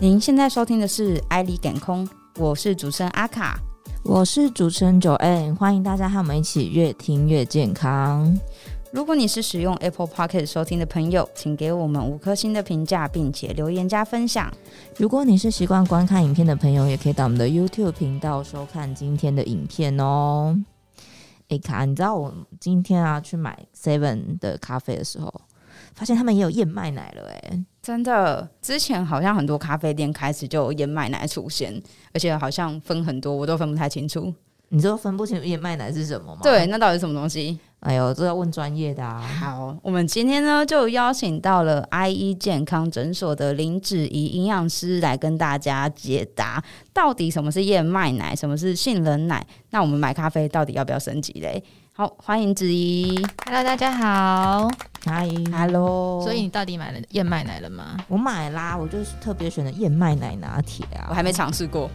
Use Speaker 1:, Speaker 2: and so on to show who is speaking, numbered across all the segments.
Speaker 1: 您现在收听的是《爱丽感空》，我是主持人阿卡。
Speaker 2: 我是主持人九 N，欢迎大家和我们一起越听越健康。
Speaker 1: 如果你是使用 Apple Pocket 收听的朋友，请给我们五颗星的评价，并且留言加分享。
Speaker 2: 如果你是习惯观看影片的朋友，也可以到我们的 YouTube 频道收看今天的影片哦。诶，卡，你知道我今天啊去买 Seven 的咖啡的时候，发现他们也有燕麦奶了诶，
Speaker 1: 真的，之前好像很多咖啡店开始就有燕麦奶出现，而且好像分很多，我都分不太清楚。
Speaker 2: 你都分不清楚燕麦奶是什么吗？
Speaker 1: 对，，那到底是什么东西？
Speaker 2: 哎呦，这要问专业的啊。
Speaker 1: 好，我们今天呢就邀请到了 I E 健康诊所的林芷怡营养师来跟大家解答，到底什么是燕麦奶，什么是杏仁奶？那我们买咖啡到底要不要升级嘞？好，欢迎芷怡
Speaker 3: Hello，大家好。
Speaker 2: 嗨，哦
Speaker 1: ，Hello。
Speaker 3: 所以你到底买了燕麦奶了吗？
Speaker 2: 我买啦，我就是特别选的燕麦奶拿铁啊。
Speaker 1: 我还没尝试
Speaker 3: 哦
Speaker 1: 过，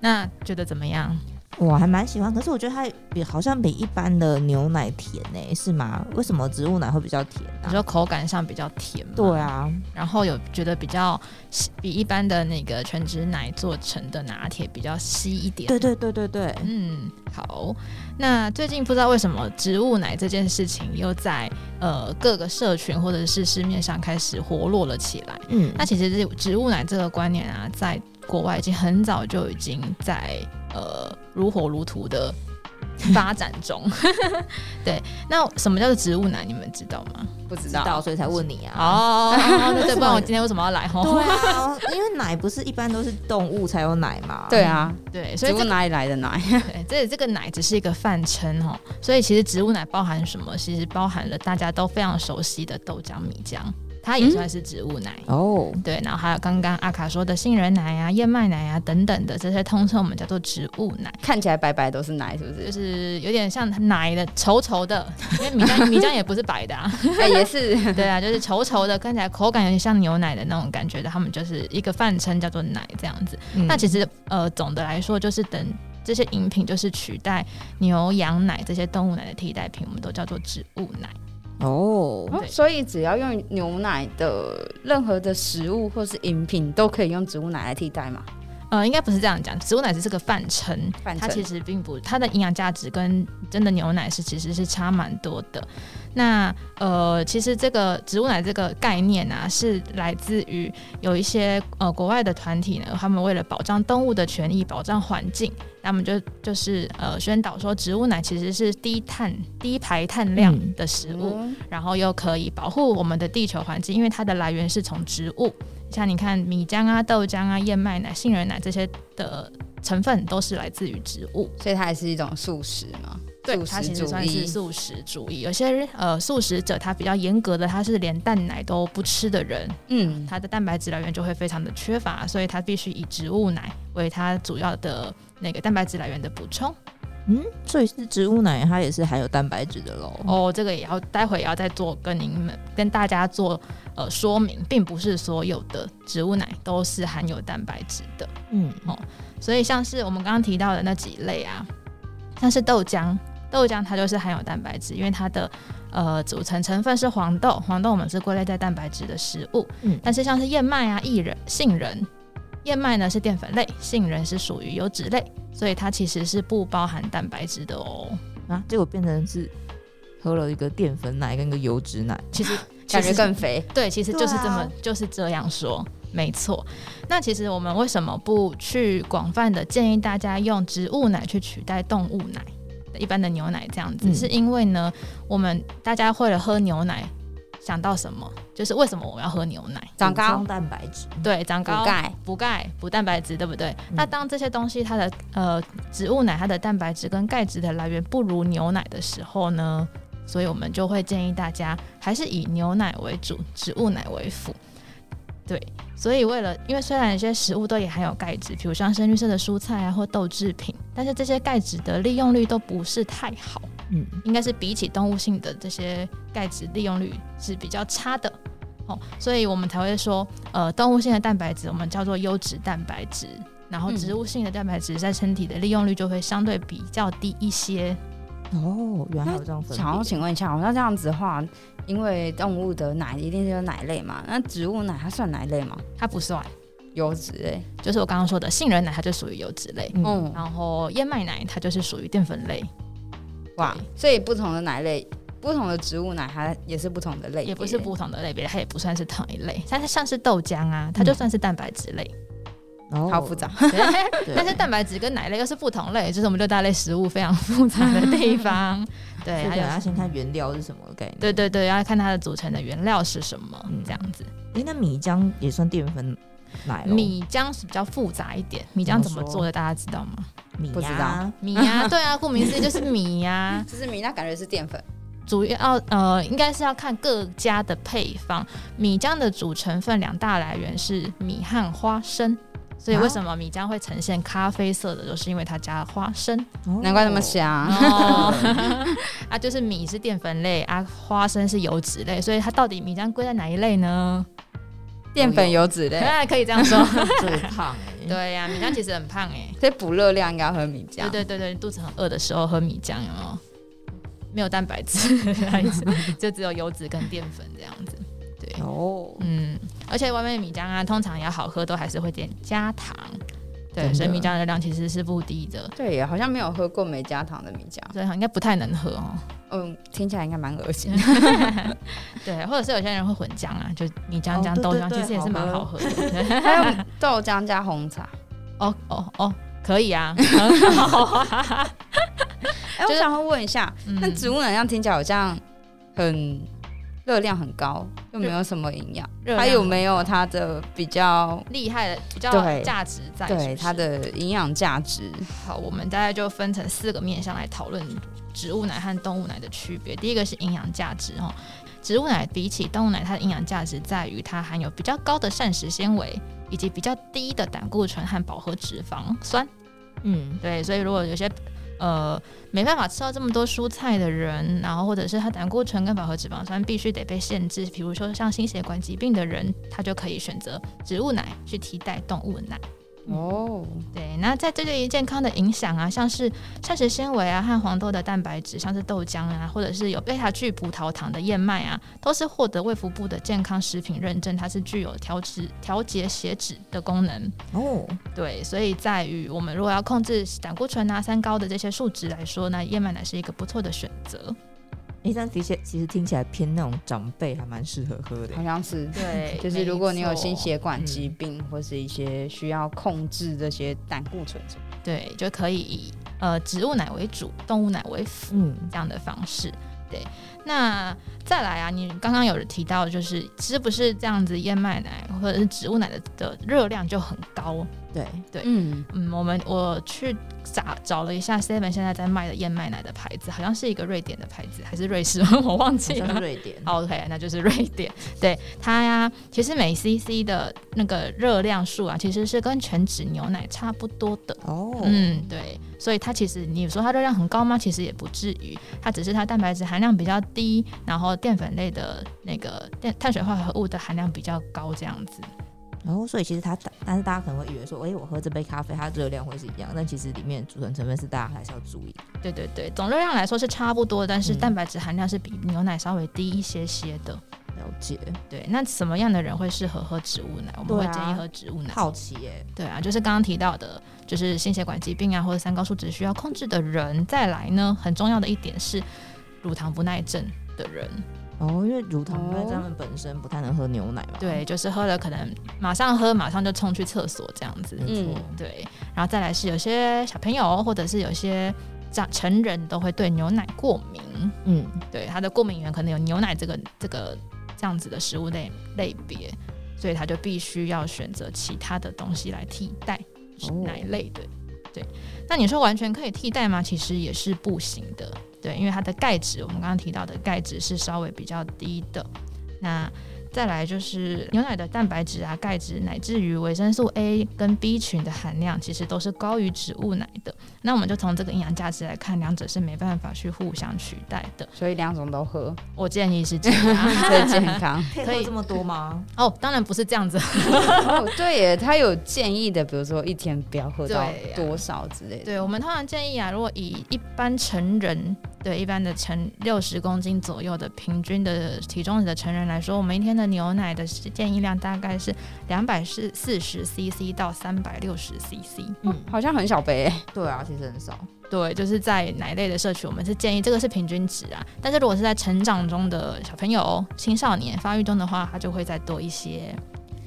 Speaker 3: 那觉得怎么样？
Speaker 2: 我还蛮喜欢，可是我觉得它比好像比一般的牛奶甜呢、是吗？为什么植物奶会比较甜
Speaker 3: 你
Speaker 2: 啊？
Speaker 3: 说口感上比较甜吗？
Speaker 2: 对。啊，
Speaker 3: 然后有觉得比较吸比一般的那个全脂奶做成的拿铁比较稀一点。
Speaker 2: 对对对对对，
Speaker 3: 嗯，好。那最近不知道为什么植物奶这件事情又在呃各个社群或者是市面上开始活络了起来。
Speaker 2: 嗯，
Speaker 3: 那其实这植物奶这个观念啊，在国外已经很早就已经在呃如火如荼的发展中。 对，那什么叫做植物奶？你们知道吗？
Speaker 1: 不知
Speaker 2: 知
Speaker 1: 道。
Speaker 2: 道，所以才问你啊。
Speaker 3: 哦，对
Speaker 2: 为什么
Speaker 3: 对，不然我今天为什么要 来？
Speaker 1: 哦
Speaker 3: 吼，
Speaker 2: 对啊，因为奶不是一般都是动物才有奶嘛？
Speaker 1: 对，啊，
Speaker 3: 对，所以
Speaker 1: 植
Speaker 3: 这
Speaker 1: 物哪里来的奶？
Speaker 3: 对，这这个奶只是一个泛称哦，所以其实植物奶包含什么？其实包含了大家都非常熟悉的豆浆、米浆，它也算是植物奶。
Speaker 2: 哦，
Speaker 3: 对，然后还有刚刚阿卡说的杏仁奶啊、燕麦奶啊等等的，这些通称我们叫做植物奶。
Speaker 1: 看起来白白都是奶，是不？
Speaker 3: 就是是有点像奶的稠稠的，因为米浆米浆也不是白的啊，
Speaker 1: 哎， 也是。
Speaker 3: 对啊，就是稠稠的，看起来口感有点像牛奶的那种感觉的，他们就是一个泛称叫做奶这样子。那其
Speaker 2: 实
Speaker 3: 实呃，总的来说就是等这些饮品就是取代牛羊奶这些动物奶的替代品，我们都叫做植物奶。
Speaker 2: 哦，
Speaker 1: 哦
Speaker 3: 对
Speaker 1: 所以只要用牛奶的任何的食物或是饮品，都可以用植物奶来替代嘛？
Speaker 3: 呃，应该不是这样讲，植物奶只是个泛称，
Speaker 1: 反
Speaker 3: 它
Speaker 1: 正
Speaker 3: 其实并不，它的营养价值跟真的牛奶是其实是差蛮多的。那呃，其实这个植物奶这个概念啊，是来自于有一些呃国外的团体呢，他们为了保障动物的权益、保障环境，他们就就是呃宣导说，植物奶其实是低碳、低排碳量
Speaker 2: 嗯
Speaker 3: 的食物。
Speaker 1: 嗯
Speaker 3: 然后又可以保护我们的地球环境，因为它的来源是从植物，像你看米浆啊、豆浆啊、燕麦奶、杏仁奶这些的成分都是来自于植物。
Speaker 1: 所以它也是一种素食嘛？素
Speaker 3: 它
Speaker 1: 食
Speaker 3: 其
Speaker 1: 主
Speaker 3: 实算是
Speaker 1: 义。
Speaker 3: 素食主义。有些人呃，素食者他比较严格的，他是连蛋奶都不吃的人，
Speaker 1: 嗯，
Speaker 3: 他的蛋白质来源就会非常的缺乏，所以他必须以植物奶为他主要的那个蛋白质来源的补充。
Speaker 2: 嗯，所以是植物奶，它也是含有蛋白质的喽。
Speaker 3: 哦，这个也要待会也要再做跟您们跟大家做呃说明，并不是所有的植物奶都是含有蛋白质的，
Speaker 2: 嗯，
Speaker 3: 所以像是我们刚刚提到的那几类啊，像是豆浆，豆浆它就是含有蛋白质，因为它的呃组成成分是黄豆，黄豆我们是归类在蛋白质的食物，
Speaker 2: 嗯
Speaker 3: 但是像是燕麦啊、薏仁、杏仁。燕麦呢是淀粉类，杏仁是属于油脂类，所以它其实是不包含蛋白质的哦。
Speaker 2: 啊，结果变成是喝了一个淀粉奶跟一个油脂奶。
Speaker 3: 其 实
Speaker 1: 感觉
Speaker 3: 其实
Speaker 1: 更肥。
Speaker 3: 对，其实就是这
Speaker 2: 对
Speaker 3: 么、
Speaker 2: 啊
Speaker 3: 就是这样说，没错。那其实我们为什么不去广泛的建议大家用植物奶去取代动物奶？一般的牛奶这样子，
Speaker 2: 嗯
Speaker 3: 是因为呢，我们大家为了喝牛奶想到什么？就是为什么我要喝牛奶？
Speaker 1: 长
Speaker 2: 补
Speaker 1: 高
Speaker 2: 充蛋白质，
Speaker 3: 对，长
Speaker 1: 补
Speaker 3: 高、
Speaker 1: 钙，
Speaker 3: 补钙、补蛋白质，对不对？
Speaker 2: 嗯
Speaker 3: 那当这些东西它的呃植物奶它的蛋白质跟钙质的来源不如牛奶的时候呢，所以我们就会建议大家还是以牛奶为主，植物奶为辅。对，所以为了，因为虽然有些食物都也含有钙质，比如像深绿色的蔬菜啊或豆制品，但是这些钙质的利用率都不是太好。
Speaker 2: 嗯，
Speaker 3: 应该是比起动物性的这些钙质利用率是比较差的。哦，所以我们才会说，呃，动物性的蛋白质我们叫做优质蛋白质，然后
Speaker 1: 嗯
Speaker 3: 植物性的蛋白质在身体的利用率就会相对比较低一些。
Speaker 2: 哦，原来还有这样分别。
Speaker 1: 想要请问一下，好像这样子的话，因为动物的奶一定是有奶类嘛？那植物奶它算奶类吗？
Speaker 3: 它不算，
Speaker 1: 油脂类，
Speaker 3: 就是我刚刚说的杏仁奶，它就属于油脂类，
Speaker 2: 嗯，
Speaker 1: 嗯，
Speaker 3: 然后燕麦奶它就是属于淀粉类，
Speaker 1: 哇，所以不同的奶类，不同的植物奶，它也是不同的类别，
Speaker 3: 也不是不同的类别，它也不算是同一类，但它像是豆浆啊，它就算是蛋白质类，
Speaker 2: 然后
Speaker 1: 好复杂，
Speaker 2: 哦 对，
Speaker 3: 但是蛋白质跟奶类又是不同类，这是我们六大类食物非常复杂的地 方。对，
Speaker 2: 所以可
Speaker 3: 哎还有啊
Speaker 2: 能要先看原料是什么概念。
Speaker 3: 对对对，要看它的组成的原料是什么，
Speaker 2: 嗯
Speaker 3: 这样子。
Speaker 2: 诶，那米浆也算淀粉奶咯
Speaker 3: 米浆是比较复杂一点，米
Speaker 2: 怎
Speaker 3: 浆
Speaker 2: 么
Speaker 3: 怎么
Speaker 2: 说
Speaker 3: 做的大家知道吗？
Speaker 2: 米
Speaker 1: 不知
Speaker 2: 呀
Speaker 3: 米呀、对啊，顾名思义就是米呀、
Speaker 1: 就是米，那感觉是淀粉，
Speaker 3: 哦主要呃，应该是要看各家的配方。米浆的主成分两大来源是米和花生，所
Speaker 2: 啊
Speaker 3: 以为什么米浆会呈现咖啡色的，就是因为它加了花生。
Speaker 2: 哦
Speaker 1: 难怪那么香。
Speaker 3: 哦， 啊，就是米是淀粉类啊，花生是油脂类，所以它到底米浆归在哪一类呢？
Speaker 1: 淀粉油脂类，
Speaker 3: 啊， 可以这样说。
Speaker 2: 最胖诶。
Speaker 3: 对呀、米浆其实很胖哎、
Speaker 1: 所以补热量应该要喝米
Speaker 3: 对
Speaker 1: 浆。
Speaker 3: 对对对，肚子很饿的时候喝米浆有没有？没有蛋白质，就只有油脂跟淀粉这样子。对，
Speaker 2: 哦，
Speaker 3: 嗯，而且外面的米浆啊，通常要好喝都还是会点加糖，
Speaker 2: 真
Speaker 3: 对，
Speaker 2: 的
Speaker 3: 所以米浆的热量其实是不低的，
Speaker 1: 对耶，好像没有喝过没加糖的米浆，
Speaker 3: 所以应该不太能喝哦。
Speaker 1: 嗯，听起来应该蛮恶心。
Speaker 3: 对，或者是有些人会混浆啊，就米浆
Speaker 2: 哦
Speaker 3: 加
Speaker 2: 对
Speaker 3: 豆
Speaker 2: 对
Speaker 3: 浆，
Speaker 2: 对
Speaker 3: 其实也是蛮好
Speaker 2: 好
Speaker 3: 喝
Speaker 2: 喝
Speaker 3: 的。
Speaker 1: 还有豆浆加红茶，
Speaker 3: 哦哦哦，可以 啊，很好啊。
Speaker 1: 哎、
Speaker 3: 就
Speaker 1: 我
Speaker 3: 是
Speaker 1: 想要问一下，那
Speaker 3: 嗯，
Speaker 1: 植物能量听起来好像很热量很高，又没有什么营养，
Speaker 3: 热
Speaker 1: 它
Speaker 3: 量
Speaker 1: 有没有它的比较
Speaker 3: 厉害的比较
Speaker 1: 对
Speaker 3: 价值在是不
Speaker 1: 对
Speaker 3: 是
Speaker 1: 它的营养价值？
Speaker 3: 好，我们大概就分成四个面向来讨论植物奶和动物奶的区别。第一个是营养价值哦，植物奶比起动物奶，它的营养价值在于它含有比较高的膳食纤维，以及比较低的胆固醇和饱和脂肪酸。
Speaker 2: 嗯，
Speaker 3: 对，所以如果有些呃没办法吃到这么多蔬菜的人，然后或者是他胆固醇跟饱和脂肪酸必须得被限制，比如说像心血管疾病的人，他就可以选择植物奶去替代动物奶。嗯
Speaker 1: 哦，
Speaker 3: 对，那在这对于健康的影响啊，像是膳食纤维啊和黄豆的蛋白质，像是豆浆啊，或者是有贝塔聚葡萄糖的燕麦啊，都是获得卫福部的健康食品认证，它是具有调脂调节血脂的功能。
Speaker 2: 哦，
Speaker 3: 对，所以在于我们如果要控制胆固醇啊、三高的这些数值来说，那燕麦奶是一个不错的选择。
Speaker 2: 诶，这样的确其实听起来偏那种长辈还蛮适合喝的
Speaker 1: 好。像是。
Speaker 3: 对
Speaker 1: 就是如果你有心，
Speaker 3: 没嗯
Speaker 1: 血管疾病、或是一些需要控制这些胆固醇什么
Speaker 3: 错对，就可以以呃植物奶为主，动物奶为辅。
Speaker 2: 嗯，
Speaker 3: 这样的方式。对，那再来啊，你刚刚有提到，就是是不是这样子燕麦奶或者是植物奶的的热量就很高？
Speaker 2: 对，
Speaker 1: 的，嗯，
Speaker 3: 嗯，我们我去找找了一下 Seven 现在在卖的燕麦奶的牌子，好像是一个瑞典的牌子还是瑞士， 我忘
Speaker 2: 好
Speaker 3: 记
Speaker 2: 像是
Speaker 3: 了。
Speaker 2: 瑞典。
Speaker 3: OK，那就是瑞典。对它呀，其实每 CC 的那个热量数啊，其实是跟全脂牛奶差不多的。
Speaker 2: 哦，
Speaker 3: 嗯，对，所以它其实你说它热量很高吗？其实也不至于，它只是它蛋白质含量比较低，然后淀粉类的那个碳碳水化合物的含量比较高，这样子。
Speaker 2: 然哦后所以其实它，但是大家可能会以为说，诶，我喝这杯咖啡，它热量会是一样，但其实里面的组成成分是大家还是要注意。
Speaker 3: 对对对，总热量来说是差不多，但是
Speaker 2: 嗯
Speaker 3: 蛋白质含量是比牛奶稍微低一些些的。
Speaker 2: 了解，
Speaker 3: 对，那什么样的人会适合喝植物奶？我们
Speaker 2: 对
Speaker 3: 会
Speaker 2: 啊
Speaker 3: 建议喝植物奶。
Speaker 2: 好奇耶、
Speaker 3: 对啊，就是刚刚提到的，就是心血管疾病啊，或者三高数值需要控制的人。再来呢，很重要的一点是乳糖不耐症的人。
Speaker 2: 哦，因为乳糖不耐
Speaker 1: 哦
Speaker 2: 症他们本身不太能喝牛奶嘛。，
Speaker 3: 对，就是喝了可能马上喝，马上就冲去厕所这样子。
Speaker 2: 没错。
Speaker 1: 嗯
Speaker 3: 对，然后再来是有些小朋友或者是有些长成人都会对牛奶过敏，
Speaker 2: 嗯，
Speaker 3: 对，他的过敏源可能有牛奶这个这个这样子的食物类类别，所以他就必须要选择其他的东西来替代
Speaker 2: 哦
Speaker 3: 奶类的。对，那你说完全可以替代吗？其实也是不行的。对，因为它的钙质，我们刚刚提到的钙质是稍微比较低的。那再来就是牛奶的蛋白质啊、钙质，乃至于维生素 A 跟 B 群的含量，其实都是高于植物奶的。那我们就从这个营养价值来看，两者是没办法去互相取代的。
Speaker 1: 所以两种都喝
Speaker 3: 我建议是这样
Speaker 1: 最健康。
Speaker 2: 可以
Speaker 3: 可
Speaker 2: 喝
Speaker 3: 以
Speaker 2: 这么多 吗？
Speaker 3: 哦，当然不是这样子。
Speaker 1: 哦，对耶，他有建议的，比如说一天不要喝到
Speaker 3: 对呀
Speaker 1: 多少之类的。
Speaker 3: 对我们通常建议啊，如果以一般成人对一般的成六十公斤左右的平均的体重的成人来说，我们一天的牛奶的建议量大概是两百四四十 CC 到三百六十 CC。
Speaker 2: 嗯，
Speaker 1: 好像很小杯、欸，
Speaker 2: 对啊，其实很少。
Speaker 3: 对，就是在奶类的摄取，我们是建议这个是平均值啊。但是如果是在成长中的小朋友、青少年发育中的话，它就会再多一些。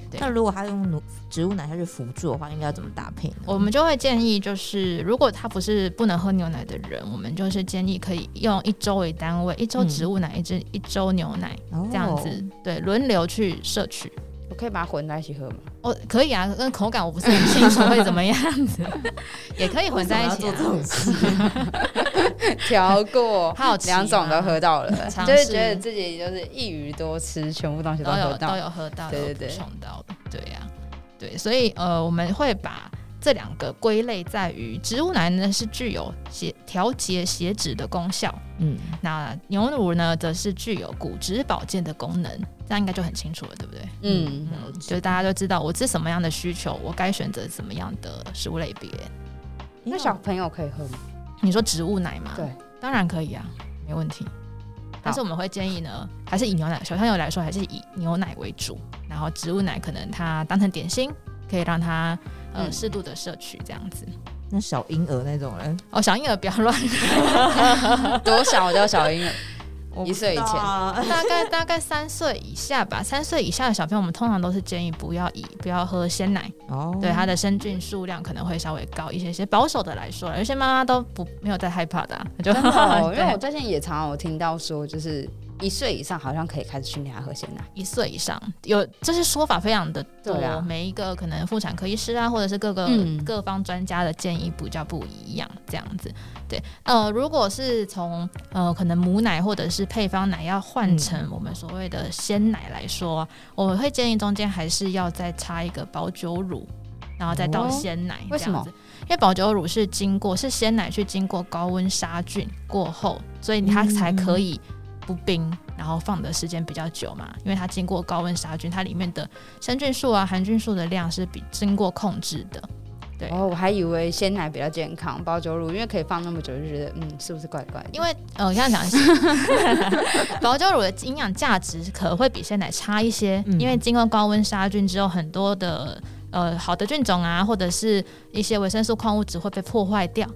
Speaker 3: 对
Speaker 2: 那如果他用乳植物奶下去辅助的话，应该要怎么搭配呢？
Speaker 3: 我们就会建议，就是如果他不是不能喝牛奶的人，我们就是建议可以用一周为单位，一周
Speaker 2: 嗯
Speaker 3: 植物奶，一支一周牛奶
Speaker 2: 哦
Speaker 3: 这样子，对，轮流去摄取。
Speaker 1: 我可以把它混在一起喝吗？
Speaker 3: 哦，可以啊，跟口感我不是很清楚会怎么样
Speaker 1: 哦
Speaker 3: 子，也可以混在一起、
Speaker 2: 为什么要做这
Speaker 3: 啊。
Speaker 2: 种事，
Speaker 1: 调过
Speaker 3: 好奇
Speaker 1: 两种都
Speaker 3: 吗
Speaker 1: 喝到了，
Speaker 3: 啊 尝
Speaker 1: 就
Speaker 3: 试
Speaker 1: 是觉得自己就是一鱼多吃，全部东西都
Speaker 3: 都
Speaker 1: 喝
Speaker 3: 有
Speaker 1: 到
Speaker 3: 都。有喝到，
Speaker 1: 对
Speaker 3: 有
Speaker 1: 对
Speaker 3: 补
Speaker 1: 对
Speaker 3: 充到的，对呀、对，所以呃，我们会把这两个归类在于植物奶呢是具有血调节血脂的功效，
Speaker 2: 嗯，
Speaker 3: 那牛乳呢则是具有骨质保健的功能，这样应该就很清楚了，对不对？
Speaker 1: 嗯，
Speaker 3: 嗯，就大家都知道我是什么样的需求，我该选择什么样的食物类别。
Speaker 1: 那
Speaker 3: 哎
Speaker 1: 小朋友可以喝吗？
Speaker 3: 你说植物奶吗？
Speaker 1: 对，
Speaker 3: 当然可以啊，没问题。但是我们会建议呢，还是以牛奶小朋友来说，还是以牛奶为主，然后植物奶可能它当成点心，可以让它呃
Speaker 1: 嗯
Speaker 3: 适度的摄取这样子。
Speaker 2: 那小婴儿那种人，
Speaker 3: 哦，小婴儿不要乱，
Speaker 1: 多小叫小 婴儿？
Speaker 2: 我
Speaker 1: 一岁以前
Speaker 2: 不知道啊
Speaker 3: 大概大概三岁以下吧，三岁以下的小朋友，我们通常都是建议不要以不要喝鲜奶，
Speaker 2: 哦，
Speaker 3: 对它的生菌数量可能会稍微高一些些。保守的来说啦，有些妈妈都不没有在害怕的、啊，就
Speaker 1: 真的哦，因为我
Speaker 3: 对
Speaker 1: 最近也常常有听到说，就是一岁以上好像可以开始训练他喝鲜奶。
Speaker 3: 一岁以上，有这些说法非常的多，
Speaker 1: 对啊
Speaker 3: 每一个可能妇产科医师啊，或者是各个、
Speaker 1: 嗯
Speaker 3: 各方专家的建议比较不一样，这样子。对，呃，如果是从呃可能母奶或者是配方奶要换
Speaker 1: 嗯
Speaker 3: 成我们所谓的鲜奶来说，我会建议中间还是要再插一个保久乳。然后再倒
Speaker 1: 哦
Speaker 3: 鲜奶、
Speaker 1: 为
Speaker 3: 这
Speaker 1: 什么
Speaker 3: 样子？因为保久乳是经过是鲜奶去经过高温杀菌过后，所以它才可以不冰，然后放的时间比较久嘛，因为它经过高温杀菌，它里面的生菌素啊、含菌素的量是比经过控制的。对
Speaker 1: 哦，我还以为鲜奶比较健康，包酒乳因为可以放那么久，就觉得嗯，是不是怪怪的？
Speaker 3: 因为呃，我刚刚讲保久乳的营养价值可会比鲜奶差一些，
Speaker 2: 嗯
Speaker 3: 因为经过高温杀菌之后，很多的呃好的菌种啊，或者是一些维生素、矿物质会被破坏掉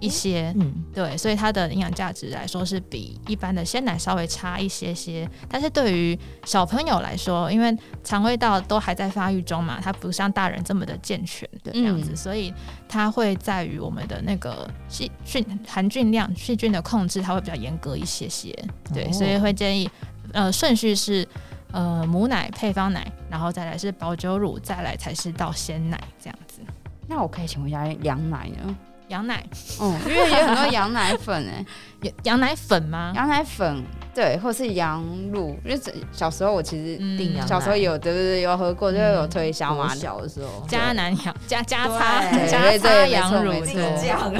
Speaker 3: 一些。
Speaker 2: 嗯，
Speaker 3: 对，所以它的营养价值来说是比一般的鲜奶稍微差一些些，但是对于小朋友来说，因为肠胃道都还在发育中嘛，它不像大人这么的健全，
Speaker 2: 对
Speaker 3: 这样子，
Speaker 1: 嗯
Speaker 3: 所以它会在于我们的那个细菌含菌量、细菌的控制，它会比较严格一些些。对，
Speaker 2: 哦
Speaker 3: 所以会建议，呃，顺序是。呃，母奶配方奶，然后再来是保久乳，再来才是到鲜奶这样子。
Speaker 1: 那我可以请问一下羊奶呢？
Speaker 3: 羊奶，哦
Speaker 1: 嗯，因为有很多羊奶粉 哎、
Speaker 3: 羊羊奶粉吗？
Speaker 1: 羊奶粉对，或是羊乳，因为小时候我其实
Speaker 3: 嗯
Speaker 2: 定羊奶
Speaker 1: 小时候有对对对有喝过，就有推销嘛
Speaker 2: 我。小的时候
Speaker 3: 加南羊加加擦
Speaker 2: 对
Speaker 3: 加
Speaker 1: 对对
Speaker 3: 擦
Speaker 1: 没
Speaker 3: 羊
Speaker 1: 错
Speaker 3: 乳
Speaker 1: 没
Speaker 2: 自
Speaker 1: 错
Speaker 2: 己
Speaker 3: 对，
Speaker 2: 讲，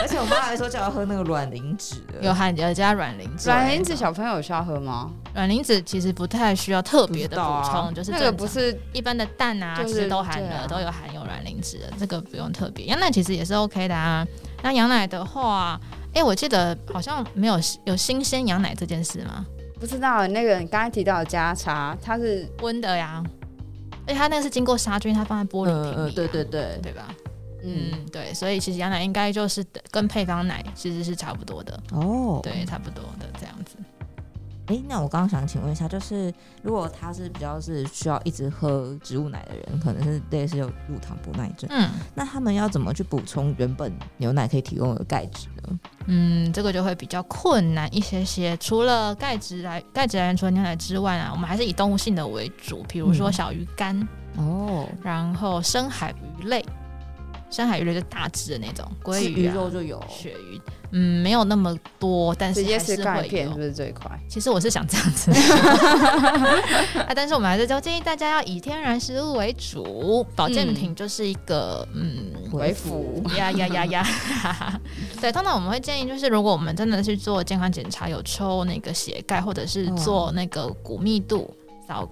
Speaker 2: 而且我妈还说叫我喝那个卵磷脂的，
Speaker 3: 有含有加软磷脂，
Speaker 1: 软磷脂小朋友需要喝吗？
Speaker 3: 软磷脂其实不太需要特别的补
Speaker 2: 不知道
Speaker 3: 充，
Speaker 2: 啊
Speaker 3: 啊就是
Speaker 1: 那
Speaker 3: 正
Speaker 1: 个
Speaker 3: 常
Speaker 1: 不是
Speaker 3: 一般的蛋啊，
Speaker 1: 就是
Speaker 3: 其实都含
Speaker 1: 对
Speaker 3: 了，
Speaker 1: 啊
Speaker 3: 都有含有软磷脂的，这个不用特别。羊奶其实也是 OK 的啊。那羊奶的话，哎、我记得好像没有有新鲜羊奶这件事吗？
Speaker 1: 不知道那个你刚才提到的加茶，它是
Speaker 3: 温的呀，而且它那个是经过杀菌，它放在玻璃瓶里、啊
Speaker 1: 呃
Speaker 2: 嗯嗯，对对对，
Speaker 3: 对吧？
Speaker 1: 嗯
Speaker 3: 嗯，对，所以其实羊奶应该就是跟配方奶其实是差不多的，
Speaker 2: 哦，
Speaker 3: 啊对，差不多的这样子。
Speaker 2: 哎，那我刚刚想请问一下，就是如果他是比较是需要一直喝植物奶的人，可能是类似有乳糖不耐症，
Speaker 3: 嗯
Speaker 2: 那他们要怎么去补充原本牛奶可以提供的钙质呢？
Speaker 3: 嗯，这个就会比较困难一些些。除了钙质来钙质来源除了牛奶之外啊，我们还是以动物性的为主，比如说
Speaker 2: 嗯
Speaker 3: 小鱼干，
Speaker 2: 哦，
Speaker 3: 然后深海鱼类，深海鱼类就大只的那种，鲑
Speaker 2: 吃
Speaker 3: 鱼、
Speaker 2: 鱼
Speaker 3: 啊、
Speaker 2: 肉就有，
Speaker 3: 鳕鱼，嗯，没有那么多，但是
Speaker 1: 直接
Speaker 3: 还
Speaker 1: 吃
Speaker 3: 是
Speaker 1: 钙
Speaker 3: 会
Speaker 1: 片
Speaker 3: 有
Speaker 1: 是不。是最快？
Speaker 3: 其实我是想这样子啊，但是我们还是就建议大家要以天然食物为主，保健
Speaker 1: 嗯
Speaker 3: 品就是一个嗯
Speaker 1: 为辅，
Speaker 3: 呀呀呀呀！ 对，通常我们会建议，就是如果我们真的去做健康检查，有抽那个血钙，或者是
Speaker 2: 嗯
Speaker 3: 做那个骨密度、少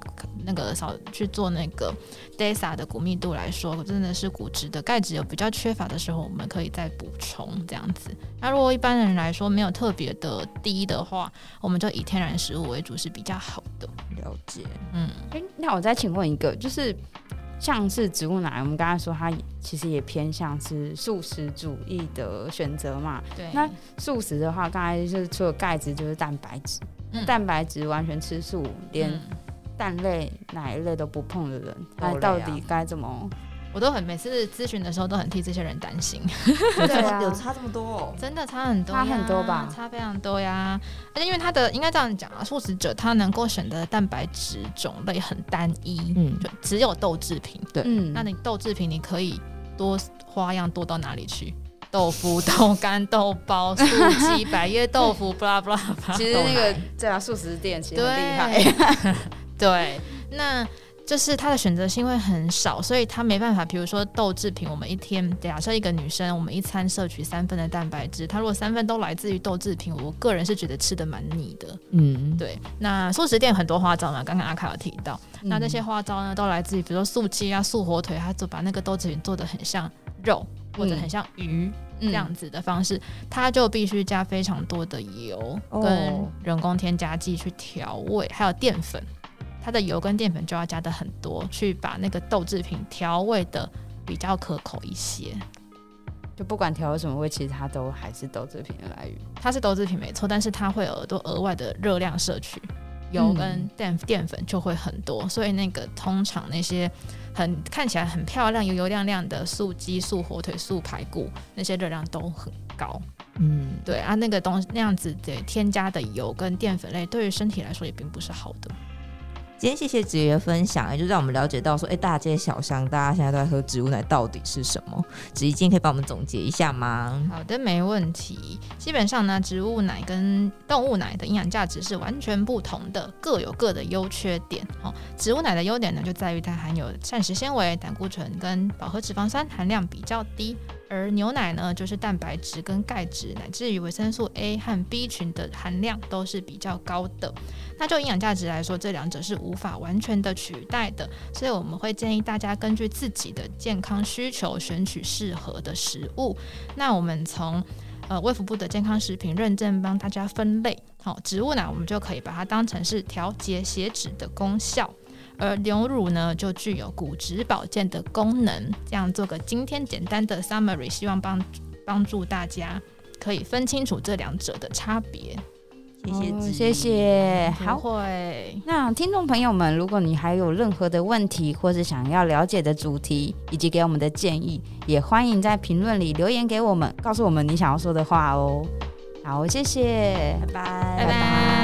Speaker 3: 那个少去做那个 DESA 的骨密度来说，真的是骨质的钙质有比较缺乏的时候，我们可以再补充这样子。那如果一般人来说没有特别的低的话，我们就以天然食物为主是比较好的。
Speaker 2: 了解。
Speaker 3: 嗯，
Speaker 1: 哎、那我再请问一个，就是像是植物奶，我们刚才说它其实也偏向是素食主义的选择嘛。
Speaker 3: 对嗯
Speaker 1: 那素食的话，刚才就是除了钙质就是蛋白质，
Speaker 3: 嗯
Speaker 1: 蛋白质完全吃素，连
Speaker 3: 嗯
Speaker 1: 蛋类、奶类都不碰的人，那、
Speaker 2: 肉类
Speaker 1: 到
Speaker 2: 啊
Speaker 1: 底该怎么？
Speaker 3: 我都很每次咨询的时候都很替这些人担心，
Speaker 2: 有
Speaker 1: 对啊
Speaker 2: 差有差这么多、哦？
Speaker 3: 真的差很多呀，
Speaker 1: 差很多吧
Speaker 3: 差非常多呀。而且因为他的应该这样讲啊，素食者他能够选择的蛋白质种类很单一，
Speaker 2: 嗯
Speaker 3: 就只有豆制品。
Speaker 2: 对
Speaker 1: 嗯
Speaker 3: 那你豆制品你可以多花样多到哪里去？豆腐、豆干、豆包、素 鸡、百叶豆腐，巴拉巴拉巴拉。
Speaker 1: 其实那个对啊，素食店其实很厉害。
Speaker 3: 对，那就是它的选择性会很少，所以它没办法。比如说豆制品，我们一天假设一个女生，我们一餐摄取三份的蛋白质，她如果三份都来自于豆制品，我个人是觉得吃的蛮腻的。
Speaker 2: 嗯，
Speaker 3: 对，那素食店很多花招嘛，刚刚阿卡有提到，那这些
Speaker 1: 嗯
Speaker 3: 花招呢，都来自于比如说素鸡啊、素火腿，它就把那个豆制品做的很像肉或者
Speaker 1: 嗯
Speaker 3: 很像鱼。这样
Speaker 1: 嗯
Speaker 3: 子的方式，它就必须加非常多的油
Speaker 2: 哦
Speaker 3: 跟人工添加剂去调味，还有淀粉，它的油跟淀粉就要加的很多，去把那个豆制品调味的比较可口一些。
Speaker 1: 就不管调了什么味，其实它都还是豆制品的来源。
Speaker 3: 它是豆制品没错，但是它会有很多额外的热量摄取，油跟
Speaker 1: 嗯
Speaker 3: 淀淀粉就会很多，所以那个通常那些很看起来很漂亮、油油亮亮的素鸡、素火腿、素排骨，那些热量都很高。
Speaker 2: 嗯，
Speaker 3: 对啊，那个东西那样子的添加的油跟淀粉类，对于身体来说也并不是好的。
Speaker 2: 今天谢谢子瑜的分享，也就让我们了解到说，哎、大街小巷大家现在都在喝植物奶到底是什么？子瑜今天可以帮我们总结一下吗？
Speaker 3: 好的，没问题。基本上呢，植物奶跟动物奶的营养价值是完全不同的，各有各的优缺点。哦，植物奶的优点呢，就在于它含有膳食纤维、胆固醇跟饱和脂肪酸含量比较低，而牛奶呢，就是蛋白质跟钙质，乃至于维生素 A 和 B 群的含量都是比较高的。那就营养价值来说，这两者是无法完全的取代的，所以我们会建议大家根据自己的健康需求选取适合的食物。那我们从呃卫福部的健康食品认证帮大家分类，好、植物奶我们就可以把它当成是调节血脂的功效，而牛乳呢就具有骨质保健的功能。这样做个今天简单的 summary，希望帮帮助大家可以分清楚这两者的差别。
Speaker 2: 谢谢
Speaker 1: 哦
Speaker 2: 子瑜、
Speaker 1: 谢嗯谢。好，
Speaker 3: 不会，
Speaker 1: 那听众朋友们，如果你还有任何的问题，或是想要了解的主题，以及给我们的建议，也欢迎在评论里留言给我们，告诉我们你想要说的话哦。好，谢谢，
Speaker 2: 拜拜，
Speaker 3: 拜拜